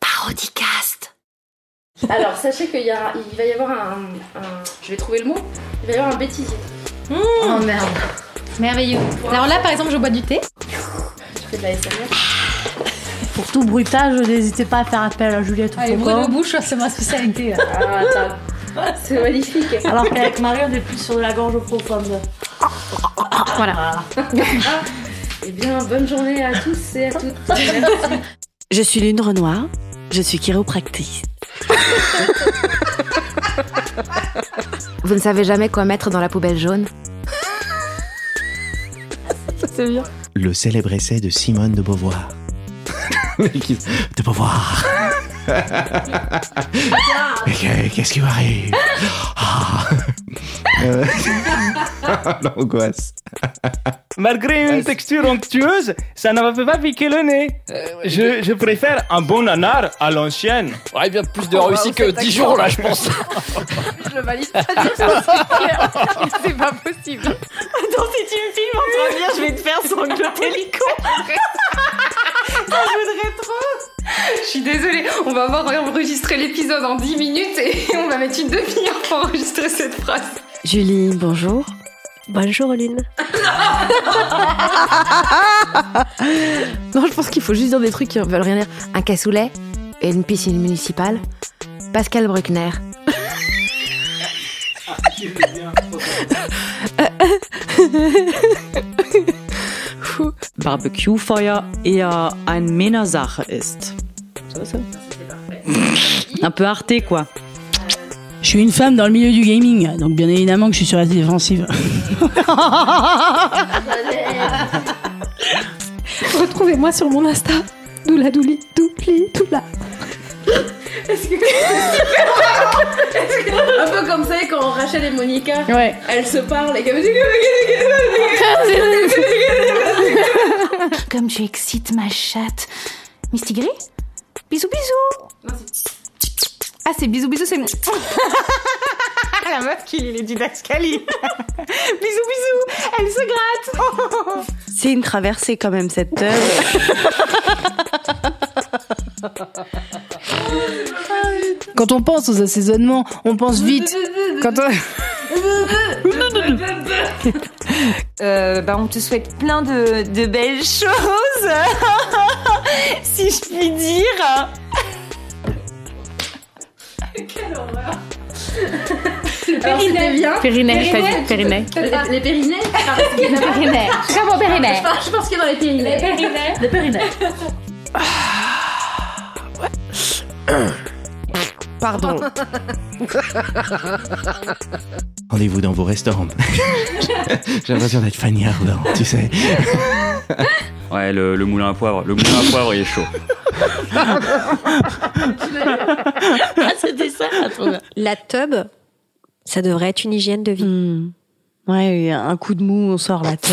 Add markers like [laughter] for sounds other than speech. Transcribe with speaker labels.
Speaker 1: Parodicast.
Speaker 2: Alors, sachez qu'il y a- il va y avoir un, un- Je vais trouver le mot. Il va y avoir un bêtisier.
Speaker 1: Oh merde. Merveilleux. Alors là, par exemple, je bois du thé.
Speaker 2: Je fais de la SMR.
Speaker 3: Pour tout bruitage, n'hésitez pas à faire appel à Juliette ou
Speaker 1: Ah, les bruits
Speaker 3: Faucon.
Speaker 1: de bouche, c'est ma spécialité.
Speaker 2: Ah, attends. C'est magnifique.
Speaker 3: Alors qu'avec Marie, on est plus sur la gorge profonde.
Speaker 1: voilà.
Speaker 2: Eh bien, bonne journée à tous et à toutes. Merci.
Speaker 4: Je suis Lune Renoir, je suis chiropractrice.
Speaker 5: Vous ne savez jamais quoi mettre dans la poubelle jaune
Speaker 6: le célèbre essai de Simone de [laughs] Beauvoir. de Beauvoir. Qu- Qu'est-ce qui m'arrive Ah. [laughs] Euh, L'angoisse.
Speaker 7: [laughs] Malgré une texture onctueuse, ça ne va pas piquer le nez. Je, je préfère un bon nanar à l'ancienne.
Speaker 8: Ouais, bien plus de
Speaker 2: bah,
Speaker 8: réussite que 10 jours là, je pense.
Speaker 2: Je le valide pas du tout. [laughs] C'est pas possible.
Speaker 3: Attends, si tu me filmes en train de lire, je vais te faire sangloter l'hélico.
Speaker 2: Je suis désolée. On va avoir enregistré l'épisode en 10 minutes et [laughs] on va mettre une demi-heure pour enregistrer cette phrase.
Speaker 4: Julie, bonjour.
Speaker 9: Bonjour Lune.
Speaker 5: [laughs] Non, je pense qu'il faut juste dire des trucs qui veulent rien dire. Un cassoulet et une piscine municipale. Pascal Bruckner.
Speaker 9: Barbecue-Feuer
Speaker 4: euh,
Speaker 9: eher ein Männersache ist. Ça va, ça Un peu arté, quoi.
Speaker 10: Je suis une femme dans le milieu du gaming, donc bien évidemment que je suis sur la défensive.
Speaker 9: Retrouvez-moi sur mon Insta. Doula douli, douli, doula.
Speaker 2: Un peu comme ça, quand Rachel et Monica,
Speaker 10: Ouais.
Speaker 2: elles se parlent et comme.
Speaker 1: Comme tu excites ma chatte. Misty Gris Bisous, bisous.
Speaker 4: Ah, c'est bisous, bisous, c'est
Speaker 9: La meuf qui lit les didascalies. bisous, bisous. Elle se gratte.
Speaker 4: C'est une traversée quand même cette œuvre.
Speaker 10: Quand on pense aux assaisonnements, on pense vite. Quand on-
Speaker 9: on te souhaite plein de, de belles choses. si je puis dire.
Speaker 2: Périnée vient.
Speaker 3: Périnée, t'as dit Périnée.
Speaker 2: Les, les périnés
Speaker 3: Périnée. C'est mon Périnée.
Speaker 2: Je pense, je pense qu'il y a dans les périnés.
Speaker 3: Le Périnée.
Speaker 9: Pardon.
Speaker 6: Rendez-vous dans vos [laughs] restaurants. J'ai l'impression d'être fagnard dedans, tu sais.
Speaker 7: Ouais, le, le moulin à poivre. Le moulin à poivre, il est chaud.
Speaker 3: Ah, [laughs] c'était ça.
Speaker 9: La tub, ça devrait être une hygiène de vie.
Speaker 4: Hmm. Ouais, et un coup de mou, on sort la tête.